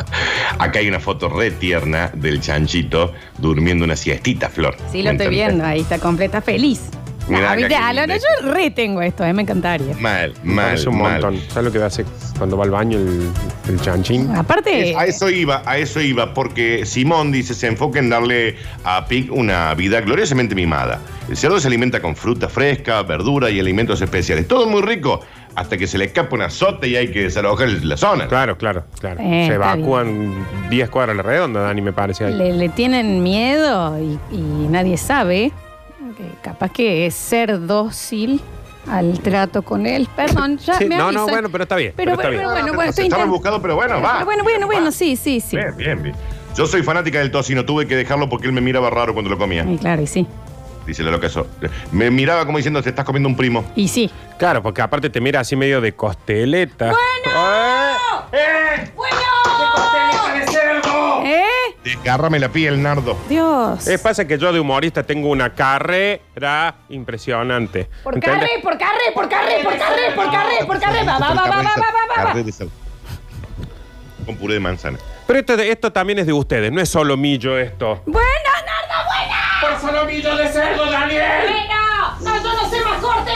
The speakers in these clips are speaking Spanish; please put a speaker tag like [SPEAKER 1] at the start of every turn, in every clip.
[SPEAKER 1] Acá hay una foto re tierna del chanchito durmiendo una siestita, Flor.
[SPEAKER 2] Sí, lo
[SPEAKER 1] ¿Me
[SPEAKER 2] estoy
[SPEAKER 1] entendés?
[SPEAKER 2] viendo, ahí está completa, feliz.
[SPEAKER 1] Mirá
[SPEAKER 2] No,
[SPEAKER 1] acá
[SPEAKER 2] viste,
[SPEAKER 1] qué
[SPEAKER 2] Alona,
[SPEAKER 1] lindo.
[SPEAKER 2] yo re tengo esto, eh, me encantaría.
[SPEAKER 1] Mal,
[SPEAKER 3] Me
[SPEAKER 1] mal,
[SPEAKER 3] parece un
[SPEAKER 1] mal.
[SPEAKER 3] montón. ¿Sabes lo que hace cuando va al baño el, el chanchín?
[SPEAKER 2] Aparte, eh,
[SPEAKER 1] Es- a eso iba, a eso iba, porque Simón dice, se enfoca en darle a Pig una vida gloriosamente mimada. El cerdo se alimenta con fruta fresca, verdura y alimentos especiales. Todo muy rico, hasta que se le escapa un azote y hay que desalojar la zona.
[SPEAKER 3] Claro, claro, claro.
[SPEAKER 2] Eh,
[SPEAKER 3] Se
[SPEAKER 2] está
[SPEAKER 3] evacúan 10 cuadras a la redonda, Dani, me parece. ahí.
[SPEAKER 2] le, le tienen miedo y, y nadie sabe. que capaz que es ser dócil al trato con él. Perdón, ya
[SPEAKER 3] Sí,
[SPEAKER 2] me
[SPEAKER 3] no, no,
[SPEAKER 2] avisan.
[SPEAKER 3] bueno, pero está bien,
[SPEAKER 2] Pero,
[SPEAKER 3] pero está
[SPEAKER 2] bueno,
[SPEAKER 3] bien.
[SPEAKER 2] bueno, bueno, estoy
[SPEAKER 1] Está
[SPEAKER 2] intent-
[SPEAKER 1] rebuscado, pero bueno, va.
[SPEAKER 2] Pero bueno,
[SPEAKER 3] Ah,
[SPEAKER 2] bueno,
[SPEAKER 1] Va.
[SPEAKER 2] bueno, sí, sí, sí.
[SPEAKER 1] Bien, bien, bien. Yo soy fanática del tocino, tuve que dejarlo porque él me miraba raro cuando lo comía.
[SPEAKER 2] Ay, claro, y sí.
[SPEAKER 1] Dice la loca eso. Me miraba como diciendo, te estás comiendo un primo.
[SPEAKER 2] Y sí.
[SPEAKER 3] Claro, porque aparte te mira así medio de costeleta. ¡Bueno!
[SPEAKER 2] ¡Bueno!
[SPEAKER 3] Oh.
[SPEAKER 2] ¿Eh?
[SPEAKER 1] Desgárrame la piel, Nardo.
[SPEAKER 2] Dios.
[SPEAKER 3] Eh, pasa que yo de humorista tengo una carrera impresionante.
[SPEAKER 2] Por
[SPEAKER 3] ¿Entendés?
[SPEAKER 2] carré, por carré, por carré, por carré, por carré, por carré. Ah, Va, va, va, va, va, va, va, va.
[SPEAKER 1] Carré de sal- Con puré de manzana.
[SPEAKER 3] Pero esto, esto también es de ustedes, no es solo millo esto.
[SPEAKER 2] Bueno, Nardo, bueno.
[SPEAKER 4] Por solomillo de cerdo, Daniel.
[SPEAKER 2] Bueno, no, yo no sé más cortes.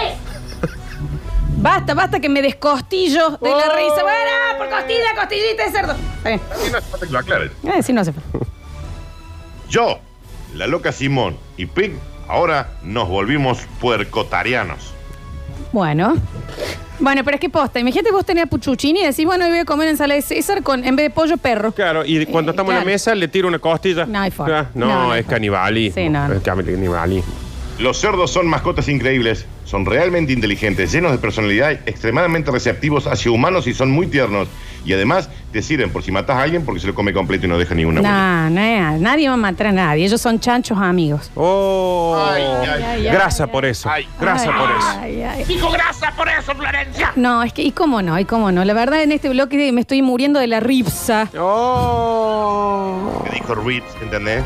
[SPEAKER 2] Basta, basta que me descostillo de la risa. Bueno, por costilla, costillita de cerdo. Está bien.
[SPEAKER 1] Sí, no hace falta que lo aclares.
[SPEAKER 2] Eh, sí, no hace falta.
[SPEAKER 1] Yo, la loca Simón y Pig, ahora nos volvimos puercotarianos.
[SPEAKER 2] Bueno. Bueno, pero es que posta. Imagínate vos tenés a Puchuchini y decís, bueno, hoy voy a comer ensalada de César con, en vez de pollo, perro.
[SPEAKER 3] Claro, y
[SPEAKER 2] Eh,
[SPEAKER 3] cuando estamos en
[SPEAKER 2] claro.
[SPEAKER 3] la mesa le tiro una costilla.
[SPEAKER 2] No hay forma.
[SPEAKER 3] Ah, No,
[SPEAKER 2] No, no hay
[SPEAKER 3] es
[SPEAKER 2] forma.
[SPEAKER 3] canibalismo.
[SPEAKER 2] Sí, no, no.
[SPEAKER 3] Es canibalismo.
[SPEAKER 1] Los cerdos son mascotas increíbles, son realmente inteligentes, llenos de personalidad, extremadamente receptivos hacia humanos y son muy tiernos. Y además te sirven por si matas a alguien porque se lo come completo y no deja ninguna huella.
[SPEAKER 2] No, no, nadie va a matar a nadie. Ellos son chanchos amigos.
[SPEAKER 3] Oh,
[SPEAKER 1] Ay, ay, ay,
[SPEAKER 3] grasa
[SPEAKER 2] ay,
[SPEAKER 3] por
[SPEAKER 2] ay.
[SPEAKER 3] eso. grasa
[SPEAKER 2] Ay,
[SPEAKER 3] por eso.
[SPEAKER 2] ay, ay.
[SPEAKER 4] Dijo grasa por eso, Florencia.
[SPEAKER 2] No, es que, y cómo no, y cómo no. La verdad, en este bloque me estoy muriendo de la ripsa.
[SPEAKER 3] Oh.
[SPEAKER 1] Me dijo Rips, ¿entendés?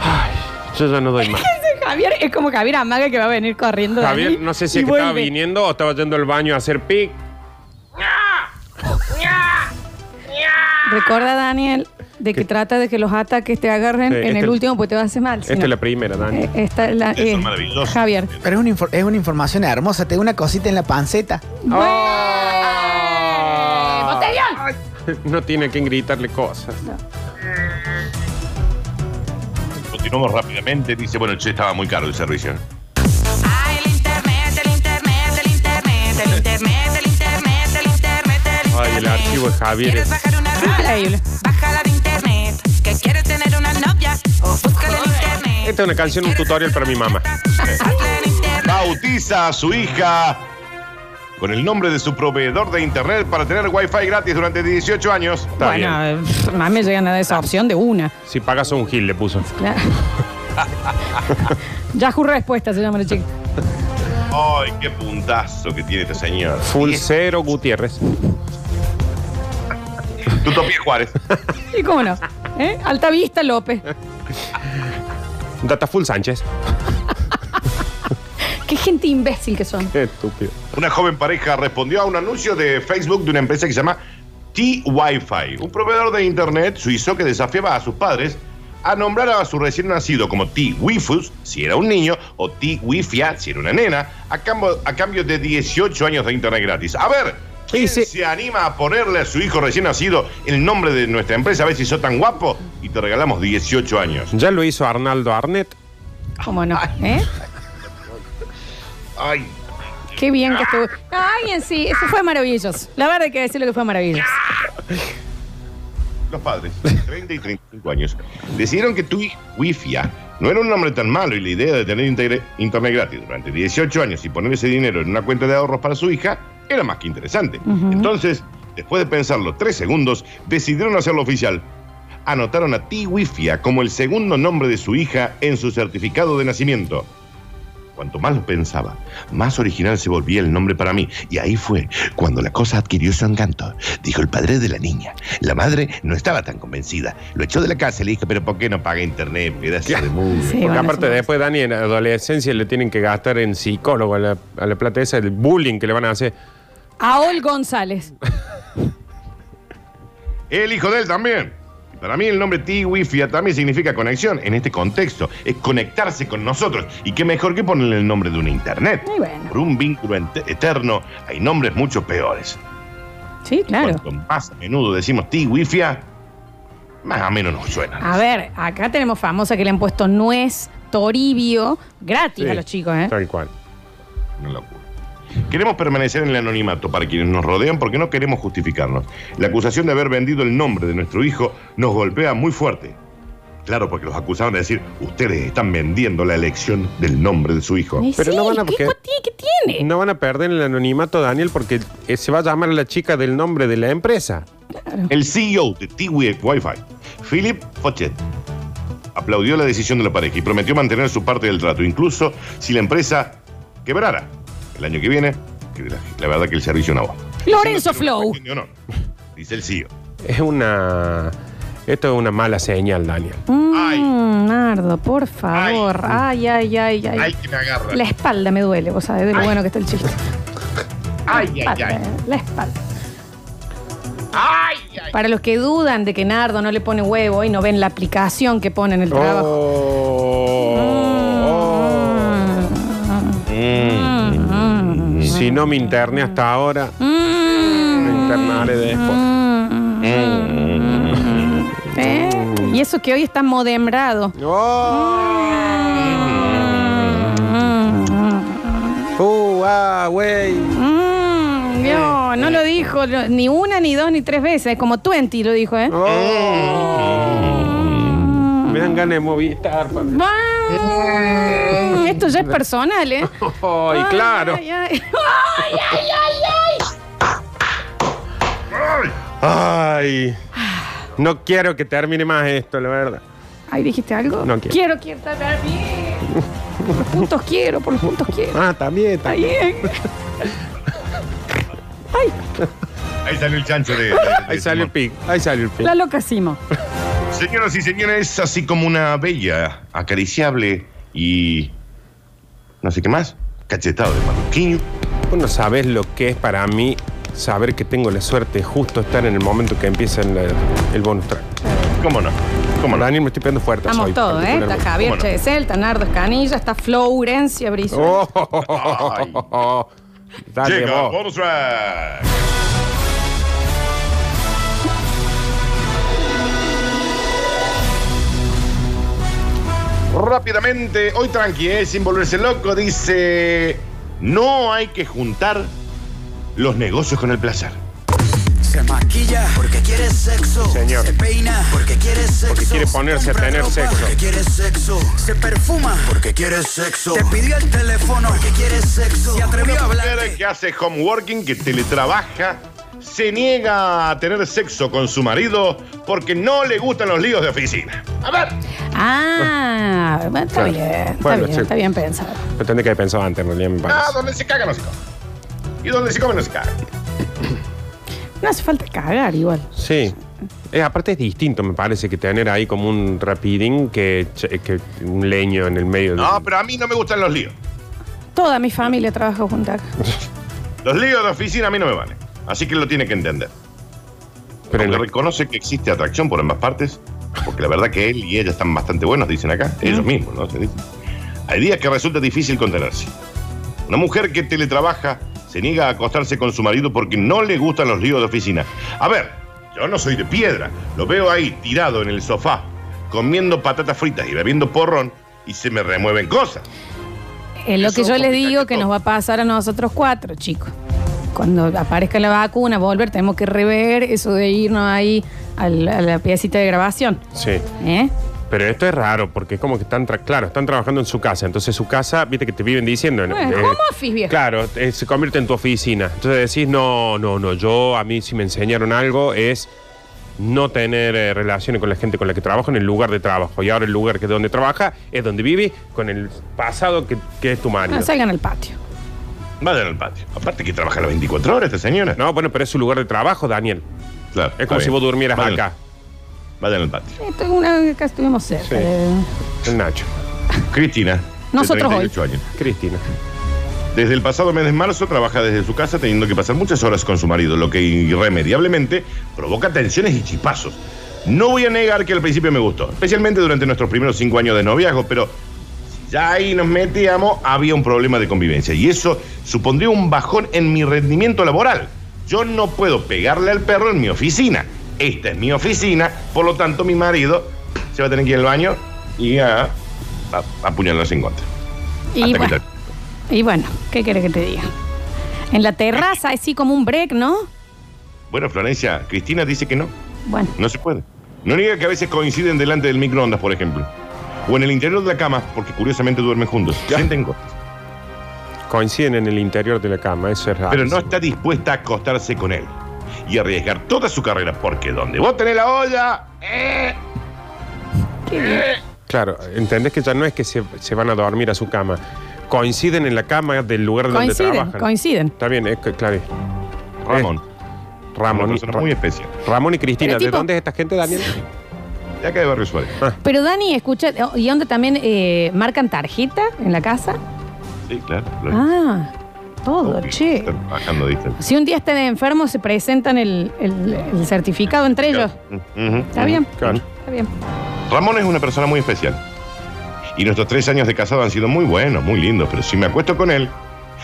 [SPEAKER 3] Ay, yo ya no doy más.
[SPEAKER 2] Javier es como Javier Amaga que va a venir corriendo.
[SPEAKER 3] Javier,
[SPEAKER 2] Dani,
[SPEAKER 3] no sé si
[SPEAKER 2] y
[SPEAKER 3] es que estaba
[SPEAKER 2] vuelve.
[SPEAKER 3] viniendo o estaba yendo al baño a hacer pic.
[SPEAKER 2] Recuerda, Daniel, de que
[SPEAKER 3] ¿Qué?
[SPEAKER 2] trata de que los ataques te agarren
[SPEAKER 3] Sí,
[SPEAKER 2] en
[SPEAKER 3] este
[SPEAKER 2] el
[SPEAKER 3] es-
[SPEAKER 2] último, porque te va a hacer mal. si
[SPEAKER 3] Esta
[SPEAKER 2] no.
[SPEAKER 3] es la primera, Dani.
[SPEAKER 2] Eh, Esta es la.
[SPEAKER 1] Eso es maravilloso.
[SPEAKER 2] Javier.
[SPEAKER 5] Pero es una, infor- es una información hermosa, te da una cosita en la panceta.
[SPEAKER 3] Oh.
[SPEAKER 2] ¡Botellón!
[SPEAKER 3] No tiene quien gritarle cosas.
[SPEAKER 1] Continuamos rápidamente. Dice, bueno, che, estaba muy caro el servicio.
[SPEAKER 6] Ah, el internet, el internet, el internet, el internet, el internet, el internet, el internet.
[SPEAKER 3] Ay, el archivo de Javier es-
[SPEAKER 6] ¿Quieres bajar una
[SPEAKER 2] Increíble.
[SPEAKER 6] rola? Bájala de internet. Que quieres tener una novia o búscala en internet.
[SPEAKER 3] Esta es una canción, un tutorial para mi mamá.
[SPEAKER 6] Hazla en internet.
[SPEAKER 1] Bautiza a su hija con el nombre de su proveedor de internet para tener wifi gratis durante 18 años.
[SPEAKER 3] Está
[SPEAKER 2] bueno,
[SPEAKER 3] bien.
[SPEAKER 2] eh, pff, más me llegan a dar esa opción de una.
[SPEAKER 3] Si pagas un gil, le puso.
[SPEAKER 2] Claro. Yahoo Respuesta se llama la chica.
[SPEAKER 1] Ay, qué puntazo que tiene este señor.
[SPEAKER 3] Full cero Gutiérrez.
[SPEAKER 1] Tutopía Juárez.
[SPEAKER 2] ¿Y cómo no? ¿Eh? Altavista López.
[SPEAKER 3] Data Full Sánchez.
[SPEAKER 2] Qué gente imbécil que son.
[SPEAKER 3] Qué estúpido.
[SPEAKER 1] Una joven pareja respondió a un anuncio de Facebook de una empresa que se llama T-Wi-Fi, un proveedor de internet suizo que desafiaba a sus padres a nombrar a su recién nacido como T-Wifus, si era un niño, o T-Wifia, si era una nena, a cambio, a cambio de 18 años de internet gratis. A ver, ¿quién
[SPEAKER 3] Y se-
[SPEAKER 1] se anima a ponerle a su hijo recién nacido el nombre de nuestra empresa? A ver si sos tan guapo y te regalamos 18 años.
[SPEAKER 3] Ya lo hizo Arnaldo Arnett.
[SPEAKER 2] ¿Cómo no? ¿Eh?
[SPEAKER 1] Ay,
[SPEAKER 2] Qué bien que estuvo. Ay, en sí, eso fue maravilloso. La verdad hay que decirlo que fue maravilloso.
[SPEAKER 1] los padres, 30 y 35 años, decidieron que tu Wifia no era un nombre tan malo y la idea de tener integre- internet gratis durante 18 años y poner ese dinero en una cuenta de ahorros para su hija era más que interesante. Entonces, después de pensarlo tres segundos, decidieron hacerlo oficial. Anotaron a ti Wifia como el segundo nombre de su hija en su certificado de nacimiento. Cuanto más lo pensaba, más original se volvía el nombre para mí. Y ahí fue cuando la cosa adquirió su encanto, dijo el padre de la niña. La madre no estaba tan convencida. Lo echó de la casa y le dijo, pero ¿por qué no paga internet, pedazo de mugre?".
[SPEAKER 2] Sí,
[SPEAKER 3] Porque
[SPEAKER 2] bueno,
[SPEAKER 3] aparte
[SPEAKER 2] eso-
[SPEAKER 3] después Dani en adolescencia le tienen que gastar en psicólogo a la, a la plata esa, el bullying que le van a hacer.
[SPEAKER 2] Aol González.
[SPEAKER 1] El hijo de él también. Y Para mí el nombre Tiwifia también significa conexión en este contexto. Es conectarse con nosotros. Y qué mejor que ponerle el nombre de una internet.
[SPEAKER 2] Y bueno.
[SPEAKER 1] Por un vínculo ente- eterno hay nombres mucho peores.
[SPEAKER 2] Sí, claro.
[SPEAKER 1] Cuanto más a menudo decimos Tiwifia, más o menos nos suena.
[SPEAKER 2] A ver, acá tenemos famosa que le han puesto nuez, toribio, gratis
[SPEAKER 3] Sí.
[SPEAKER 2] a los chicos, ¿eh?
[SPEAKER 3] Tal cual.
[SPEAKER 1] Una locura. Queremos permanecer en el anonimato para quienes nos rodean porque no queremos justificarnos. La acusación de haber vendido el nombre de nuestro hijo nos golpea muy fuerte. Claro, porque los acusaban de decir, ustedes están vendiendo la elección del nombre de su hijo.
[SPEAKER 2] Y
[SPEAKER 3] Pero
[SPEAKER 2] sí,
[SPEAKER 3] no van a-
[SPEAKER 2] ¿qué,
[SPEAKER 3] porque-
[SPEAKER 2] cu- tiene- qué tiene?
[SPEAKER 3] No van a perder el anonimato, Daniel, porque eh, se va a llamar la chica del nombre de la empresa.
[SPEAKER 1] El CEO de TWIF Wi-Fi, Philip Fochet, aplaudió la decisión de la pareja y prometió mantener su parte del trato, incluso si la empresa quebrara el año que viene, que la, la verdad que el servicio no va.
[SPEAKER 2] Lorenzo
[SPEAKER 1] Haciendo
[SPEAKER 2] Flow.
[SPEAKER 1] un pequeño honor, Dice el E CEO.
[SPEAKER 3] Es una... Esto es una mala señal, Daniel.
[SPEAKER 1] Ay.
[SPEAKER 2] Mm, Nardo, por favor. Ay, ay, ay, ay.
[SPEAKER 1] Ay, que me agarra.
[SPEAKER 2] La espalda me duele, vos sabés de lo bueno que está el chiste.
[SPEAKER 1] Ay, ay,
[SPEAKER 2] Espalda,
[SPEAKER 1] ay.
[SPEAKER 2] eh, La espalda. Para los que dudan de que Nardo no le pone huevo y no ven la aplicación que pone en el trabajo. Mm.
[SPEAKER 3] Oh. Mm. Si no me interné hasta ahora,
[SPEAKER 2] Mm.
[SPEAKER 3] me internaré después.
[SPEAKER 2] ¿eh? Y eso que hoy está modembrado.
[SPEAKER 3] Oh. Uh, ah, güey.
[SPEAKER 2] Mm, no, no lo dijo no, ni una, ni dos, ni tres veces. Como 20 lo dijo,
[SPEAKER 3] Mm.
[SPEAKER 2] ¿eh?
[SPEAKER 3] Oh. Me dan ganas de movistar. pa-
[SPEAKER 2] Mm, Esto ya es personal, ¿eh?
[SPEAKER 3] Ay, claro.
[SPEAKER 2] Ay, ay, ay.
[SPEAKER 3] Ay. No quiero que termine más esto, la verdad.
[SPEAKER 2] Ay, ¿dijiste algo?
[SPEAKER 3] No quiero.
[SPEAKER 2] Quiero, quiero estar bien. Por los puntos quiero, por los puntos quiero.
[SPEAKER 3] Ah, también.
[SPEAKER 2] Está
[SPEAKER 3] también.
[SPEAKER 2] bien.
[SPEAKER 1] Ahí salió el chancho de. de-
[SPEAKER 3] Ahí
[SPEAKER 1] de
[SPEAKER 3] salió el
[SPEAKER 1] Simón.
[SPEAKER 3] pic. Ahí salió el pic.
[SPEAKER 2] La loca Simo.
[SPEAKER 1] Señoras y señores, así como una bella, acariciable y. no sé qué más. Cachetado de marroquín.
[SPEAKER 3] Vos no sabés lo que es para mí saber que tengo la suerte de justo estar en el momento que empieza el, el bonus track.
[SPEAKER 1] ¿Cómo no? ¿Cómo no?
[SPEAKER 3] Daniel, me estoy pegando
[SPEAKER 1] Pues
[SPEAKER 3] fuerte.
[SPEAKER 2] Estamos
[SPEAKER 3] hoy,
[SPEAKER 2] todos, ¿eh? Está
[SPEAKER 3] particularmente.
[SPEAKER 2] Javier
[SPEAKER 1] ¿Cómo no?
[SPEAKER 2] Chesel, está Nardo Escanilla, está Florencia Brizuela.
[SPEAKER 3] Oh, oh, oh, oh, oh, oh. Dale
[SPEAKER 1] Llega
[SPEAKER 3] vos.
[SPEAKER 1] bonus track. Rápidamente, hoy tranqui, eh, sin volverse loco, dice: No hay que juntar los negocios con el placer.
[SPEAKER 7] Se maquilla porque quiere sexo.
[SPEAKER 3] Señor.
[SPEAKER 7] Se peina porque quiere sexo.
[SPEAKER 3] Porque quiere ponerse a
[SPEAKER 7] Compra
[SPEAKER 3] tener
[SPEAKER 7] ropa
[SPEAKER 3] sexo.
[SPEAKER 7] Porque quiere sexo. Se perfuma porque quiere sexo. Te pidió el teléfono porque quiere sexo. Se atrevió a hablar.
[SPEAKER 1] mujer que hace homeworking, que teletrabaja, se niega a tener sexo con su marido porque no le gustan los líos de oficina. A ver,
[SPEAKER 2] Ah, bueno, está
[SPEAKER 3] Claro.
[SPEAKER 2] bien, está
[SPEAKER 3] Bueno,
[SPEAKER 2] bien,
[SPEAKER 3] sí.
[SPEAKER 2] está bien pensado.
[SPEAKER 3] Lo tendré que haber pensado antes, en realidad, me parece.
[SPEAKER 1] ah, donde se caga no se come. Y donde se come no se caga.
[SPEAKER 2] No hace falta cagar igual.
[SPEAKER 3] Sí. Eh, aparte es distinto, me parece, que tener ahí como un rapidín que, che- que un leño en el medio. de-
[SPEAKER 1] No, pero a mí no me gustan los líos.
[SPEAKER 2] Toda mi familia trabaja junta. acá.
[SPEAKER 1] Los líos de oficina a mí no me valen. Así que lo tiene que entender.
[SPEAKER 3] Pero
[SPEAKER 1] Pero
[SPEAKER 3] en la-
[SPEAKER 1] reconoce que existe atracción por ambas partes, Porque la verdad que él y ella están bastante buenos, dicen acá. Ellos mismos, ¿no? Se dice. Hay días que resulta difícil contenerse. Una mujer que teletrabaja se niega a acostarse con su marido porque no le gustan los líos de oficina. A ver, yo no soy de piedra. Lo veo ahí tirado en el sofá, comiendo patatas fritas y bebiendo porrón y se me remueven cosas.
[SPEAKER 2] Es lo
[SPEAKER 1] Eso
[SPEAKER 2] que yo les
[SPEAKER 1] complica
[SPEAKER 2] digo
[SPEAKER 1] que
[SPEAKER 2] que nos
[SPEAKER 1] todo.
[SPEAKER 2] va a pasar a nosotros cuatro, chicos. Cuando aparezca la vacuna, volver, tenemos que rever eso de irnos ahí al- a la piecita de grabación.
[SPEAKER 3] Sí.
[SPEAKER 2] ¿Eh?
[SPEAKER 3] Pero esto es raro, porque es como que están, tra- claro, están trabajando en su casa. Entonces su casa, viste que te viven diciendo. ¿no?
[SPEAKER 2] Bueno, home office, viejo.
[SPEAKER 3] Claro, eh, se convierte en tu oficina. Entonces decís, no, no, no, yo, a mí si me enseñaron algo es no tener eh, relaciones con la gente con la que trabajo en el lugar de trabajo. Y ahora el lugar que es donde trabaja es donde viví con el pasado que, que es tu marido.
[SPEAKER 2] No, salgan al patio.
[SPEAKER 1] Vayan al patio. Aparte que trabaja las 24 horas esta señora.
[SPEAKER 3] No, bueno, pero es su lugar de trabajo, Daniel.
[SPEAKER 1] Claro,
[SPEAKER 3] Es
[SPEAKER 1] está
[SPEAKER 3] como si
[SPEAKER 1] bien.
[SPEAKER 3] vos durmieras
[SPEAKER 1] Vayan-
[SPEAKER 3] acá,
[SPEAKER 1] Vayan al patio.
[SPEAKER 2] Esto es una, acá estuvimos cerca.
[SPEAKER 3] Sí.
[SPEAKER 2] de-
[SPEAKER 3] el Nacho.
[SPEAKER 1] Cristina,
[SPEAKER 2] Nosotros
[SPEAKER 1] de
[SPEAKER 2] hoy.
[SPEAKER 1] 38 años.
[SPEAKER 3] Cristina.
[SPEAKER 1] Desde el pasado mes de marzo trabaja desde su casa teniendo que pasar muchas horas con su marido, lo que irremediablemente provoca tensiones y chipazos. No voy a negar que al principio me gustó, especialmente durante nuestros primeros cinco años de noviazgo, pero si ya ahí nos metíamos, había un problema de convivencia y eso supondría un bajón en mi rendimiento laboral. Yo no puedo pegarle al perro en mi oficina. Esta es mi oficina, por lo tanto mi marido se va a tener que ir al baño y a, a, a apuñalarse en contra.
[SPEAKER 2] Y,
[SPEAKER 1] Hasta que
[SPEAKER 2] bueno,
[SPEAKER 1] tal.
[SPEAKER 2] y bueno, ¿qué querés que te diga? En la terraza, así como un break, ¿no?
[SPEAKER 1] Bueno, Florencia, Cristina dice que no.
[SPEAKER 2] Bueno,
[SPEAKER 1] No se puede. No niega que a veces coinciden delante del microondas, por ejemplo. O en el interior de la cama, porque curiosamente duermen juntos. Sienten cosas.
[SPEAKER 3] Coinciden en el interior de la cama, eso es raro.
[SPEAKER 1] Pero no está dispuesta a acostarse con él y arriesgar toda su carrera, porque donde vos tenés la olla. eh,
[SPEAKER 3] Claro, entendés que ya no es que se, se van a dormir a su cama. Coinciden en la cama del lugar
[SPEAKER 2] coinciden,
[SPEAKER 3] donde trabajan.
[SPEAKER 2] coinciden.
[SPEAKER 3] Está bien, es que, claro.
[SPEAKER 1] Ramón. Ramón.
[SPEAKER 3] Ramón,
[SPEAKER 1] Una
[SPEAKER 3] y-
[SPEAKER 1] persona muy especial.
[SPEAKER 3] Ramón y Cristina,
[SPEAKER 2] Pero
[SPEAKER 3] ¿de
[SPEAKER 2] tipo-
[SPEAKER 3] dónde es esta gente, Daniel?
[SPEAKER 1] De acá de Barrio Suárez.
[SPEAKER 2] Pero Dani, escucha, ¿y onda también eh, marcan tarjeta en la casa?
[SPEAKER 1] Sí, claro. Florencia.
[SPEAKER 2] Ah, todo,
[SPEAKER 1] Obvio,
[SPEAKER 2] che.
[SPEAKER 1] están Trabajando dicen.
[SPEAKER 2] Si un día están enfermos, se presentan el, el- el certificado entre ellos.
[SPEAKER 1] Ujú.
[SPEAKER 2] Está bien,
[SPEAKER 3] Claro.
[SPEAKER 2] está bien.
[SPEAKER 1] Ramón es una persona muy especial. Y nuestros tres años de casado han sido muy buenos, muy lindos, pero si me acuesto con él,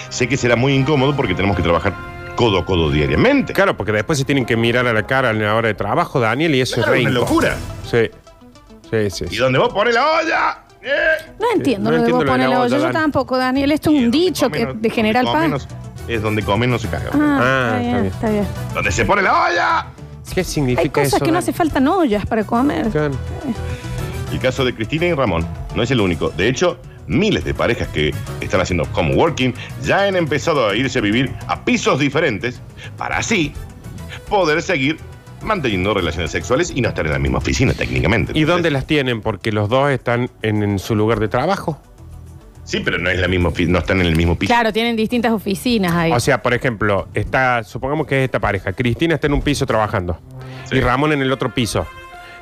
[SPEAKER 1] sé que será muy incómodo porque tenemos que trabajar codo a codo diariamente.
[SPEAKER 3] Claro, porque después se tienen que mirar a la cara en la hora de trabajo, Daniel, y eso
[SPEAKER 1] Claro,
[SPEAKER 3] es
[SPEAKER 1] una
[SPEAKER 3] re
[SPEAKER 1] locura.
[SPEAKER 3] incómodo. Sí. Sí, sí.
[SPEAKER 1] Y
[SPEAKER 3] sí.
[SPEAKER 1] donde vos pones la olla. eh,
[SPEAKER 2] No entiendo
[SPEAKER 3] no
[SPEAKER 2] lo de
[SPEAKER 3] entiendo
[SPEAKER 2] vos
[SPEAKER 3] lo de la
[SPEAKER 2] poner la
[SPEAKER 3] olla,
[SPEAKER 2] olla. Yo
[SPEAKER 3] Dani.
[SPEAKER 2] tampoco, Daniel. Esto es
[SPEAKER 1] y
[SPEAKER 2] un
[SPEAKER 1] donde
[SPEAKER 2] dicho
[SPEAKER 1] come
[SPEAKER 2] que
[SPEAKER 1] no-
[SPEAKER 2] de
[SPEAKER 1] donde
[SPEAKER 2] General Paz.
[SPEAKER 1] come no- es donde come no se caga.
[SPEAKER 2] Ah, está,
[SPEAKER 3] Ah, está
[SPEAKER 2] bien,
[SPEAKER 3] bien.
[SPEAKER 2] está bien.
[SPEAKER 1] Donde se pone la olla.
[SPEAKER 3] ¿Qué significa
[SPEAKER 2] Hay cosas
[SPEAKER 3] eso,
[SPEAKER 2] que no
[SPEAKER 3] Dani?
[SPEAKER 2] hace falta en ollas para comer.
[SPEAKER 3] Claro.
[SPEAKER 1] El caso de Cristina y Ramón no es el único. De hecho, miles de parejas que están haciendo home working ya han empezado a irse a vivir a pisos diferentes para así poder seguir manteniendo relaciones sexuales y no estar en la misma oficina técnicamente.
[SPEAKER 3] ¿Y dónde
[SPEAKER 1] la...
[SPEAKER 3] las tienen? Porque los dos están en, en su lugar de trabajo.
[SPEAKER 1] Sí, pero no es la misma ofi- no están en el mismo piso.
[SPEAKER 2] Claro, tienen distintas oficinas ahí.
[SPEAKER 3] O sea, por ejemplo, está, supongamos que es esta pareja. Cristina está en un piso trabajando
[SPEAKER 1] Sí.
[SPEAKER 3] y Ramón en el otro piso.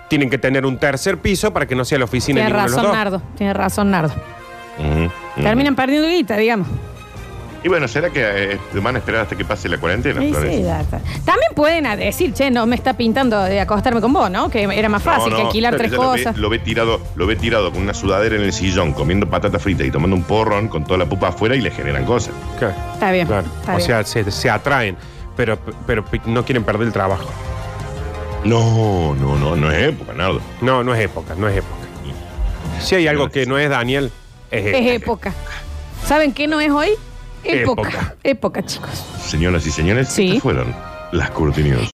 [SPEAKER 3] Tienen que tener un tercer piso para que no sea la oficina de
[SPEAKER 2] Tiene
[SPEAKER 3] ninguno de los
[SPEAKER 2] razón,
[SPEAKER 3] dos.
[SPEAKER 2] Nardo. Tiene razón, Nardo.
[SPEAKER 1] Ujú, ujú.
[SPEAKER 2] Terminan perdiendo guita, digamos.
[SPEAKER 1] Y bueno, ¿será que eh, van a esperar hasta que pase la cuarentena?
[SPEAKER 2] Sí,
[SPEAKER 1] Florencia?
[SPEAKER 2] sí, ya está. También pueden a decir, che, no me está pintando de acostarme con vos, ¿no? Que era más fácil
[SPEAKER 1] No,
[SPEAKER 2] que
[SPEAKER 1] no,
[SPEAKER 2] alquilar
[SPEAKER 1] pero
[SPEAKER 2] tres
[SPEAKER 1] ya lo ve-
[SPEAKER 2] cosas.
[SPEAKER 1] Lo ve, tirado, lo ve tirado con una sudadera en el sillón, comiendo patata frita y tomando un porrón con toda la pupa afuera y le generan cosas.
[SPEAKER 3] Claro,
[SPEAKER 2] Está bien.
[SPEAKER 3] claro.
[SPEAKER 2] está
[SPEAKER 3] o
[SPEAKER 2] bien.
[SPEAKER 3] sea, se, se atraen, pero, pero no quieren perder el trabajo.
[SPEAKER 1] No, no, no, no es época, Nardo.
[SPEAKER 3] No, no es época, no es época. Si hay algo que no es Daniel, es,
[SPEAKER 2] es
[SPEAKER 3] época.
[SPEAKER 2] época. ¿Saben qué no es hoy? Época.
[SPEAKER 3] eh, Época.
[SPEAKER 2] Época, chicos.
[SPEAKER 1] Señoras y señores,
[SPEAKER 2] Sí.
[SPEAKER 1] estas fueron las Curti News.